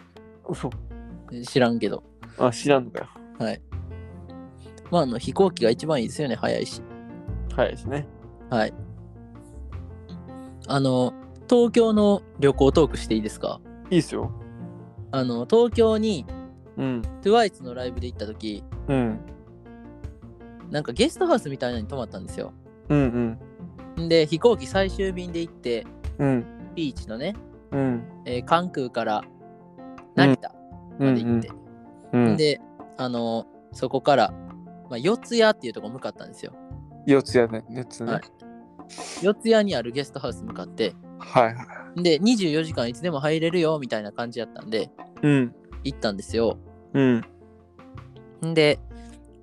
Speaker 2: 嘘。
Speaker 1: 知らんけど。
Speaker 2: あ、知らんのかよ。
Speaker 1: まあ、あの、飛行機が一番いいですよね、早いし。
Speaker 2: 早いですね。
Speaker 1: はい。あの、東京の旅行トークしていいですか
Speaker 2: いいっすよ。
Speaker 1: あの、東京に
Speaker 2: うん。
Speaker 1: TWICE のライブで行った時、
Speaker 2: うん。
Speaker 1: なんかゲストハウスみたいなのに泊まったんですよ。
Speaker 2: うん
Speaker 1: んで、飛行機最終便で行って、
Speaker 2: うん。うん。
Speaker 1: ビーチのね、
Speaker 2: うん。
Speaker 1: えー関空から成田
Speaker 2: う
Speaker 1: ま
Speaker 2: ん
Speaker 1: で行って、
Speaker 2: うんうん。
Speaker 1: で、あの、そこから、まあ、四谷っていうとこ向かったんですよ。
Speaker 2: 四つやね。四つね。
Speaker 1: はい四谷にあるゲストハウス向かって、
Speaker 2: はいはい。
Speaker 1: で、24時間いつでも入れるよみたいな感じやったんで、
Speaker 2: うん。
Speaker 1: 行ったんですよ。
Speaker 2: うん。
Speaker 1: んで、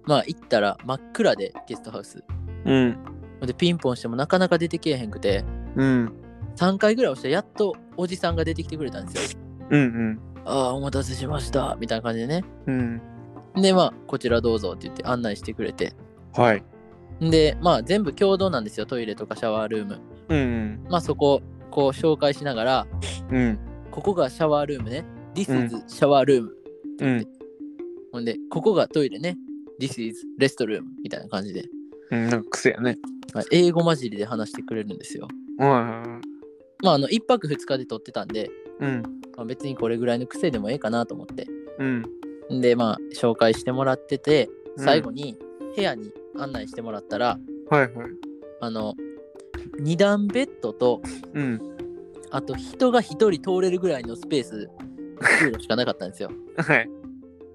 Speaker 1: まあ行ったら真っ暗でゲストハウス。
Speaker 2: うん。
Speaker 1: で、ピンポンしてもなかなか出てけえへんくて、
Speaker 2: うん。
Speaker 1: 3回ぐらい押してやっとおじさんが出てきてくれたんですよ。
Speaker 2: うん。
Speaker 1: ああ、お待たせしました、みたいな感じでね。
Speaker 2: うん。うん。
Speaker 1: で、まあ、こちらどうぞって言って案内してくれて。
Speaker 2: はい。
Speaker 1: んで、まあ全部共同なんですよ、トイレとかシャワールーム。
Speaker 2: うん。
Speaker 1: まあそこ、こう紹介しながら、
Speaker 2: うん。
Speaker 1: ここがシャワールームね。
Speaker 2: う
Speaker 1: This
Speaker 2: ん
Speaker 1: is シャワールーム。
Speaker 2: うん。
Speaker 1: ほんで、ここがトイレね。This is レストルームみたいな感じで、
Speaker 2: うん。なんか癖やね。
Speaker 1: まあ英語混じりで話してくれるんですよ。
Speaker 2: うん。
Speaker 1: まあ、あの、1泊2日で撮ってたんで、
Speaker 2: うん。
Speaker 1: まあ、別にこれぐらいの癖でもええかなと思って。
Speaker 2: うん。
Speaker 1: んで、まあ、紹介してもらってて、最後に部屋に案内してもらったら、
Speaker 2: はいはい。
Speaker 1: あの、2段ベッドと、
Speaker 2: うん。
Speaker 1: あと人が1人通れるぐらいのスペース、クーラーしかなかったんですよ。
Speaker 2: はい。。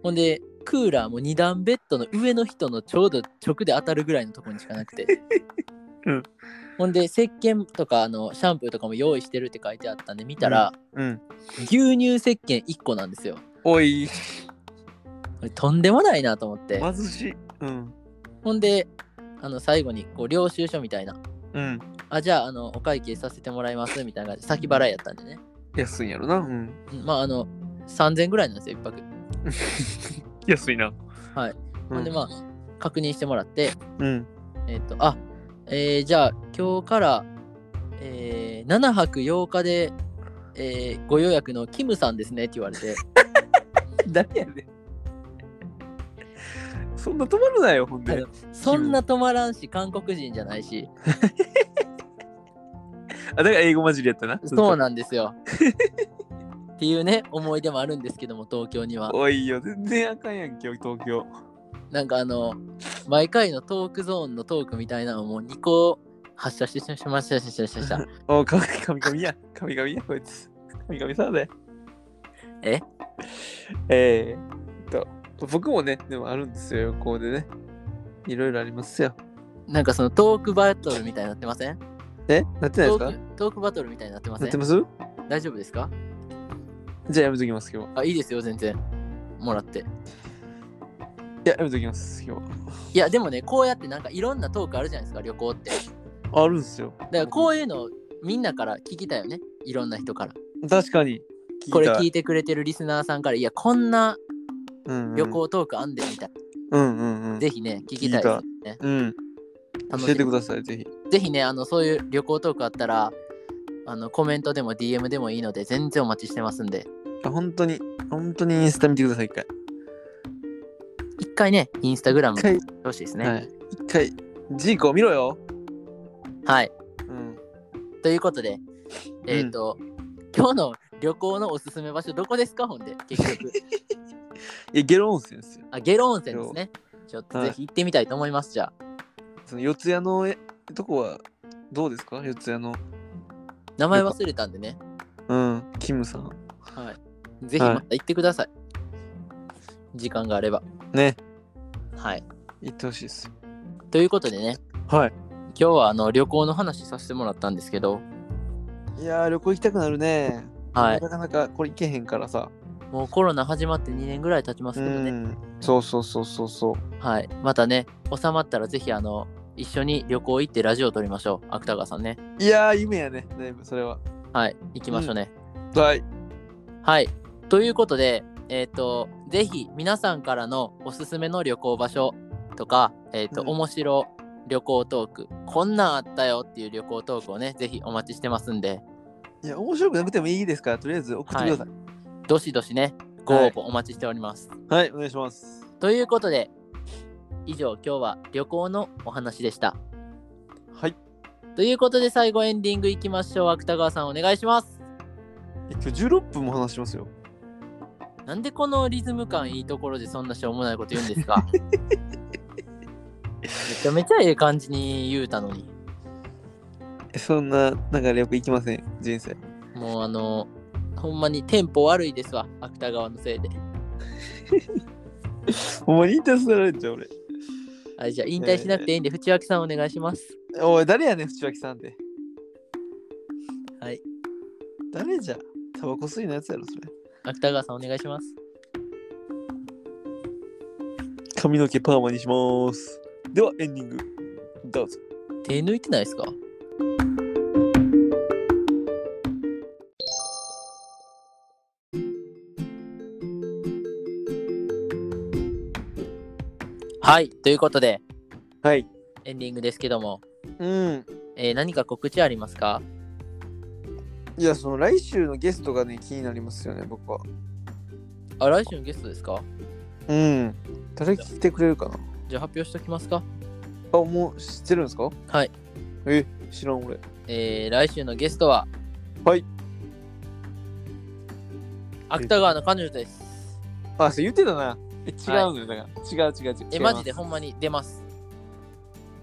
Speaker 1: ほんで、クーラーも2段ベッドの上の人のちょうど直で当たるぐらいのとこにしかなくて
Speaker 2: うん
Speaker 1: ほんで、石鹸とかあのシャンプーとかも用意してるって書いてあったんで、見たら、
Speaker 2: うん。
Speaker 1: 牛乳石鹸1個なんですよ。
Speaker 2: おい。
Speaker 1: これとんでもないなと思って。
Speaker 2: 貧しい。うん。
Speaker 1: ほんで、あの最後にこう領収書みたいな。
Speaker 2: うん。
Speaker 1: あ、じゃああのお会計させてもらいますみたいな感じで先払いやったんでね。
Speaker 2: 安いんやろな。うん。
Speaker 1: うんまああの3000ぐらいなんですよ、1泊。
Speaker 2: 安いな。
Speaker 1: はい。
Speaker 2: う
Speaker 1: ほん
Speaker 2: ん。
Speaker 1: でまあ確認してもらって、
Speaker 2: うん。
Speaker 1: えっ、と、あ、えーじゃあ今日から、えー7泊8日で、えーご予約のキムさんですねって言われ て、
Speaker 2: 誰やねん。そんな止まるなよ、ほん
Speaker 1: あ
Speaker 2: で
Speaker 1: の。そんな止まらんし、韓国人じゃないし、
Speaker 2: あだから英語混じりやったな。
Speaker 1: そうなんですよ。っていうね、思い出もあるんですけども、東京には。
Speaker 2: おいよ、全然あかんやん、今日東京。
Speaker 1: なんかあの、毎回のトークゾーンのトークみたいなのをもう2個発射してしました、しました、しま した。
Speaker 2: おかみかみかみや、かみかみや、こいつ。かみかみさで。
Speaker 1: え
Speaker 2: えー、っと、僕もね、でもあるんですよ、旅行でね。いろいろありますよ。
Speaker 1: なんかそのトークバトルみたいになってません
Speaker 2: えなってないです
Speaker 1: ト
Speaker 2: か
Speaker 1: ークトークバトルみたいになってませ
Speaker 2: なっ
Speaker 1: ん
Speaker 2: てます
Speaker 1: 大丈夫ですか
Speaker 2: じゃあやめときます、今日は。
Speaker 1: あ、いいですよ、全然。もらって。
Speaker 2: いや、やめときます、今日
Speaker 1: いや、でもね、こうやってなんかいろんなトークあるじゃないですか、旅行って。
Speaker 2: は。あるんですよ。
Speaker 1: だからこういうのみんなから聞きたいよね。いろんな人から。
Speaker 2: 確かに。
Speaker 1: これ聞
Speaker 2: い
Speaker 1: いてくれてるリスナーさんから、いや、こんな
Speaker 2: た、うんうん
Speaker 1: 旅。行トークあんでみたいな。
Speaker 2: うんうんうん。
Speaker 1: ぜひね、聞きたいですね。
Speaker 2: うん。
Speaker 1: 楽し
Speaker 2: 教え
Speaker 1: み
Speaker 2: てください、ぜひ。
Speaker 1: ぜひね、あの、そういう旅行トークあったら、あの、コメントでも DM でもいいので、全然お待ちしてますんで。
Speaker 2: あ本当に、本当にインスタ見てください、一回。
Speaker 1: 一回ね、インスタグラム
Speaker 2: 一回
Speaker 1: してほしいですね。
Speaker 2: はい。一回、ジーコを見ろよ。
Speaker 1: はい。
Speaker 2: うん。
Speaker 1: ということで、えっ、と、今日の旅行のおすすめ場所どこですかほんで、結局。
Speaker 2: いや、ゲロ温泉ですよ。
Speaker 1: あ、ゲロ温泉です ね。ちょっと
Speaker 2: はい
Speaker 1: ぜひ行ってみたいと思います、じゃあ。
Speaker 2: その四谷のえとこはどうですか四谷の。
Speaker 1: 名前忘れたんでね。
Speaker 2: うん、キムさん。
Speaker 1: はい。ぜひまた行ってください。時間があれば。
Speaker 2: ね、
Speaker 1: はい。
Speaker 2: 行ってほしいですよ。
Speaker 1: ということでね、
Speaker 2: はい。
Speaker 1: 今日はあの旅行の話させてもらったんですけど、
Speaker 2: いやー、旅行行きたくなるね。
Speaker 1: はい。
Speaker 2: なかなかこれ行けへんからさ。
Speaker 1: もうコロナ始まって2年ぐらい経ちます
Speaker 2: う
Speaker 1: けどね。
Speaker 2: ん。そうそうそうそうそう。
Speaker 1: はい。またね、収まったらぜひあの、一緒に旅行行ってラジオ撮りましょう。芥川さんね。
Speaker 2: いやー、夢やね。だいぶそれは。
Speaker 1: はい。行きましょうね。
Speaker 2: はい。
Speaker 1: はい。ということで、えっ、と、ぜひ皆さんからのおすすめの旅行場所とか、えっ、と、
Speaker 2: うん
Speaker 1: 面白旅行トーク、こんなんあったよっていう旅行トークをね、ぜひお待ちしてますんで、
Speaker 2: いや、面白くなくてもいいですから、とりあえず送ってください。
Speaker 1: どしどしね、ご応募お待ちしております。
Speaker 2: はい、お願いします。
Speaker 1: ということで、以上、今日は旅行のお話でした。
Speaker 2: はい。
Speaker 1: ということで、最後エンディングいきましょう。芥川さん、お願いします。
Speaker 2: え今日16分も話しますよ。
Speaker 1: なんでこのリズム感いいところでそんなしょうもないこと言うんですかめちゃめちゃええ感じに言うたのに。
Speaker 2: えそんな、なんか旅行行きません、人生。
Speaker 1: もうあの、ほんまにテンポ悪いですわ、芥川のせいで。
Speaker 2: ほんまに引退させられんじゃん、俺。
Speaker 1: はい、じゃあ引退しなくていいんで、淵脇さんお願いします。
Speaker 2: おい、誰やねん、淵脇さんって。
Speaker 1: はい。
Speaker 2: 誰じゃタバコ吸いのやつやろ、それ。
Speaker 1: 芥川さんお願いします。
Speaker 2: 髪の毛パーマにします。では、エンディング。どうぞ。
Speaker 1: 手抜いてないですかはい、ということで、
Speaker 2: はい。
Speaker 1: エンディングですけども、
Speaker 2: うん。
Speaker 1: えー何か告知ありますか
Speaker 2: いや、その来週のゲストがね、気になりますよね、僕は。
Speaker 1: あ、来週のゲストですか
Speaker 2: うん。誰聞いてくれるかな
Speaker 1: じゃあ発表しときますか。
Speaker 2: あ、もう知ってるんですか
Speaker 1: はい。
Speaker 2: え、知らん俺。
Speaker 1: えー、来週のゲストは、
Speaker 2: はい。
Speaker 1: 芥川の彼女です。
Speaker 2: あ、そう言ってたな。え、違うのよ、だから。違う違う違う。
Speaker 1: え、マジでほんまに出ます。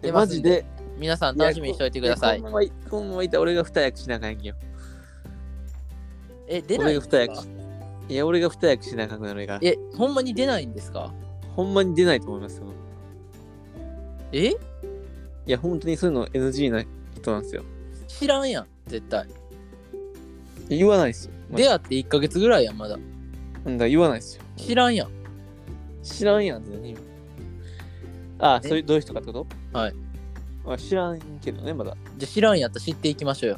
Speaker 2: え、
Speaker 1: 出
Speaker 2: マ
Speaker 1: ます
Speaker 2: ジ
Speaker 1: んで
Speaker 2: で。
Speaker 1: 皆さん楽しみにしておいてください。
Speaker 2: 今後今後いた俺が二役しなあかんよ。
Speaker 1: え、出ない
Speaker 2: 俺
Speaker 1: ん
Speaker 2: が
Speaker 1: ですか
Speaker 2: 二役し。いや、俺が二役しなあかんくなるから。
Speaker 1: え、ほんまに出ないんですか
Speaker 2: ほんまに出ないと思いますよ。
Speaker 1: え
Speaker 2: いや、本当にそういうの NG な人なんですよ。
Speaker 1: 知らんやん、絶対。
Speaker 2: 言わないですよ。
Speaker 1: 出会って1ヶ月ぐらいやん、まだ。
Speaker 2: うんだ、言わないですよ。
Speaker 1: 知らんやん。
Speaker 2: 知らんやんって何あ、
Speaker 1: え
Speaker 2: そういう、どういう人かってこと
Speaker 1: はい。
Speaker 2: まあ、知らんけどね、まだ。
Speaker 1: じゃあ知らんやったら知っていきましょうよ。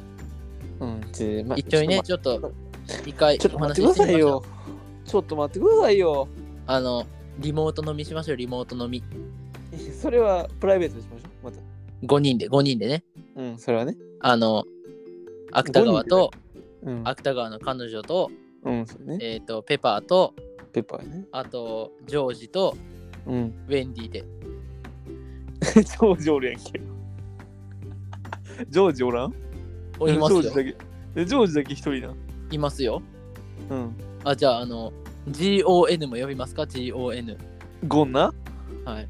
Speaker 2: うん、で、まあ、
Speaker 1: 一緒にね、
Speaker 2: ち
Speaker 1: ちょっと、一回
Speaker 2: ょっと
Speaker 1: お
Speaker 2: 待
Speaker 1: 話
Speaker 2: ち
Speaker 1: し
Speaker 2: ょっと待って
Speaker 1: して
Speaker 2: くださ
Speaker 1: みま
Speaker 2: い
Speaker 1: しょう。
Speaker 2: よ。ちょっと待ってくださいよ。
Speaker 1: あの、リモート飲みしましょう、リモート飲み。
Speaker 2: いや それはプライベートにしましょう。また。
Speaker 1: 5人で、5人でね。
Speaker 2: うん、それはね。
Speaker 1: あの、芥川と、
Speaker 2: うん、
Speaker 1: 芥川の彼女と、
Speaker 2: うん、そうね。
Speaker 1: えっ、と、ペパーと、
Speaker 2: ペッパーね。
Speaker 1: あと、ジョージと、
Speaker 2: うん。
Speaker 1: ウェンディで。
Speaker 2: ジョージおるやんけ。ジョージおらん
Speaker 1: おいます
Speaker 2: ジョー
Speaker 1: よ
Speaker 2: ジ。だけ。えジョージだけ一人な。
Speaker 1: いますよ。
Speaker 2: うん。
Speaker 1: あ、じゃあ、あの、GON も呼びますか ?GON。
Speaker 2: ゴンな
Speaker 1: はい。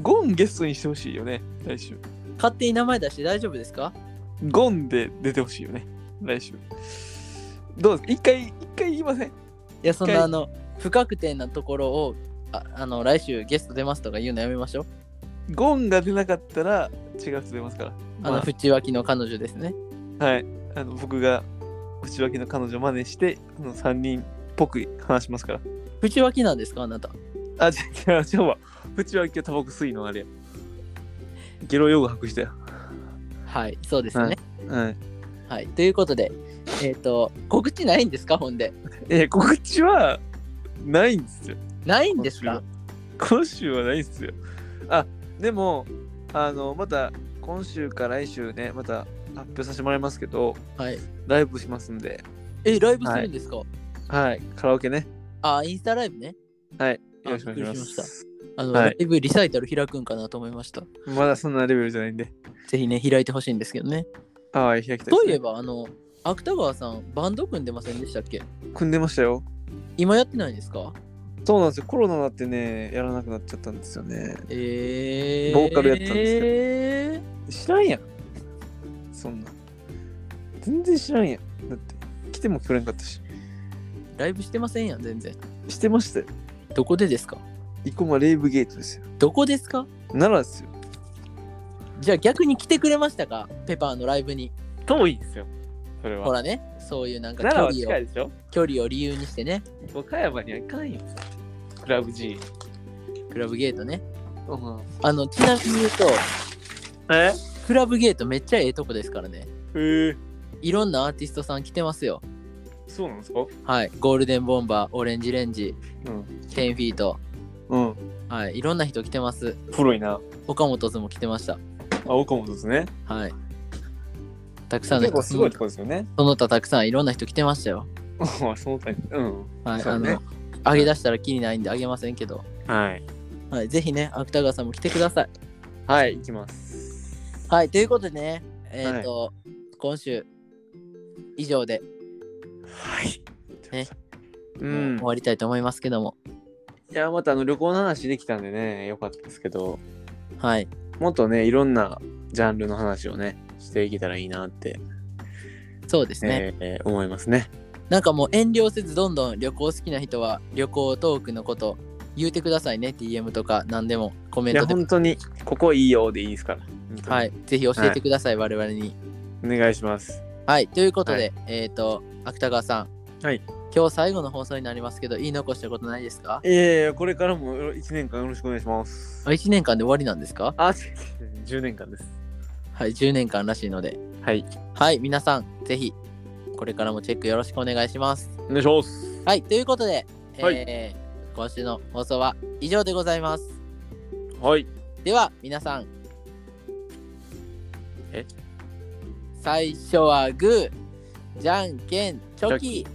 Speaker 2: ゴンゲストにしてほしいよね。来週。
Speaker 1: 勝手に名前出して大丈夫ですか
Speaker 2: ゴンで出てほしいよね。来週。どうです一回、一回言いません。
Speaker 1: いや、そん
Speaker 2: 一
Speaker 1: な、
Speaker 2: 回
Speaker 1: あの、不確定なところを、ああの、来週ゲスト出ますとか言うのやめましょう。
Speaker 2: ゴンが出なかったら違う人出ますから。
Speaker 1: あの、
Speaker 2: ま
Speaker 1: 淵脇の彼女ですね。
Speaker 2: あはい。あの僕が内訳の彼女真似して、あの3人っぽく話しますから。
Speaker 1: 淵脇なんですかあなた。
Speaker 2: あ、違う違う違うわ。内訳はタバコ吸いのあれや。ゲロ用語白したよ。
Speaker 1: はい、そうですね。
Speaker 2: はい。
Speaker 1: はい。ということで、えっ、と、告知ないんですかほんで。
Speaker 2: えー、告知はないんですよ。
Speaker 1: ないんですか
Speaker 2: 今週はないっすよ。あでもあのまた今週か来週ねまた発表させてもらいますけど
Speaker 1: はい。
Speaker 2: ライブしますんで
Speaker 1: え、ライブするんですか、
Speaker 2: はいカラオケね
Speaker 1: あ、インスタライブね。
Speaker 2: はい
Speaker 1: あ
Speaker 2: よろしくお願
Speaker 1: びっ
Speaker 2: いしま
Speaker 1: くりしますあの、
Speaker 2: はい
Speaker 1: ライブリサイタル開くんかなと思いました。
Speaker 2: まだそんなレベルじゃないんで
Speaker 1: ぜひね、開いてほしいんですけどね。
Speaker 2: ああ開きたいです、ね、
Speaker 1: そういえば、あの、芥川さん、バンド組んでませんでしたっけ
Speaker 2: 組んでましたよ
Speaker 1: 今やってないんですか
Speaker 2: そうなんですよコロナになってねやらなくなっちゃったんですよね
Speaker 1: えー。
Speaker 2: ボーカルやってたんですけど
Speaker 1: えー
Speaker 2: 知らんやんそんな全然知らんやんだって来ても来れんかったし
Speaker 1: ライブしてませんやん、全然。
Speaker 2: してましたよ
Speaker 1: どこでですか
Speaker 2: 生駒レイブゲートですよ
Speaker 1: どこですか
Speaker 2: 奈良ですよ
Speaker 1: じゃあ逆に来てくれましたかペパーのライブに。
Speaker 2: 遠いんですよそれは
Speaker 1: ほらね、そういうなんか
Speaker 2: 奈良は
Speaker 1: 距
Speaker 2: 近
Speaker 1: 離
Speaker 2: い
Speaker 1: を、
Speaker 2: でしょ
Speaker 1: 距離を理由にしてね、
Speaker 2: 岡山には行かんよ。クラブ G。
Speaker 1: クラブゲートね。
Speaker 2: うん、
Speaker 1: あの、ちなみに言うと、
Speaker 2: え
Speaker 1: クラブゲートめっちゃええとこですからね。
Speaker 2: えー、
Speaker 1: いろんなアーティストさん来てますよ。
Speaker 2: そうなんですか
Speaker 1: はい、ゴールデンボンバー、オレンジレンジ、
Speaker 2: うん。
Speaker 1: 10フィート、
Speaker 2: うん。
Speaker 1: はい、いろんな人来てます。
Speaker 2: 古いな。
Speaker 1: 岡本図も来てました。
Speaker 2: あ、岡本ですね。
Speaker 1: はい。たくさんの
Speaker 2: 結
Speaker 1: 人、
Speaker 2: 構すごいとこですよね。
Speaker 1: その他たくさんいろんな人来てましたよ。
Speaker 2: あ、そのタイプ。うん。
Speaker 1: はい、
Speaker 2: そ
Speaker 1: あ
Speaker 2: うね
Speaker 1: の、あげ出したらきりないんであげませんけど、
Speaker 2: はい。
Speaker 1: はい、ぜひね、芥川さんも来てください。
Speaker 2: はい、行きます。
Speaker 1: はい、ということでね、えっ、と、今週、以上で
Speaker 2: はい。
Speaker 1: ね。
Speaker 2: う
Speaker 1: もうん終、わりたいと思いますけども、
Speaker 2: いやまたあの旅行の話できたんでねよかったですけど
Speaker 1: はい、
Speaker 2: もっとねいろんなジャンルの話をねしていけたらいいなって、
Speaker 1: そうですね。
Speaker 2: えー思いますね
Speaker 1: なんかもう遠慮せずどんどん旅行好きな人は旅行トークのこと言うてくださいね DM とか何でもコメ
Speaker 2: い
Speaker 1: ン
Speaker 2: や
Speaker 1: トでも
Speaker 2: 本当にここいいよでいいですから本当に
Speaker 1: はいぜひ教えてください、我々に
Speaker 2: お願いします
Speaker 1: はいということで、えっ、と芥川さん
Speaker 2: はい
Speaker 1: 今日最後の放送になりますけど言い残したことないですか
Speaker 2: いやいやこれからも1年間よろしくお願いします。
Speaker 1: あ1年間で終わりなんですか
Speaker 2: あ、違う違う10年間です。
Speaker 1: はい10年間らしいので
Speaker 2: はい。
Speaker 1: はい皆さんぜひこれからもチェックよろしくお願いします
Speaker 2: お願いします。
Speaker 1: はいということで、えー
Speaker 2: は
Speaker 1: 今週の放送は以上でございます
Speaker 2: はい。
Speaker 1: では皆さん
Speaker 2: え
Speaker 1: 最初はグーじゃんけんチョキ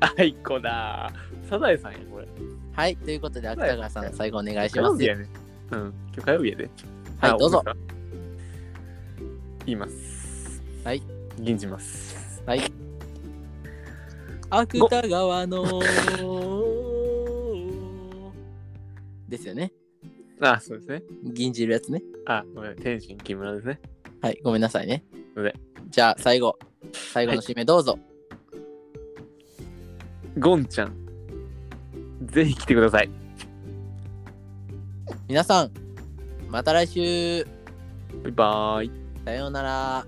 Speaker 2: あいこだー。サザエさんや、これ。
Speaker 1: はいということで芥川さ
Speaker 2: はい
Speaker 1: ん最後お願いします
Speaker 2: 火曜日やね。うん。今日火曜日やで。
Speaker 1: はい
Speaker 2: あ
Speaker 1: どうぞ。
Speaker 2: 本当ですか言います。
Speaker 1: はい。
Speaker 2: 銀じます。
Speaker 1: はい芥川のですよね
Speaker 2: あ、そうですね。
Speaker 1: 銀じるやつね
Speaker 2: あ、ごめん。天心木村ですね。
Speaker 1: はいごめんなさいね
Speaker 2: うぜ
Speaker 1: じゃあ最後最後の締めどうぞ、
Speaker 2: ゴンちゃん。ぜひ来てください。
Speaker 1: 皆さんまた来週
Speaker 2: バイバーイ。
Speaker 1: さようなら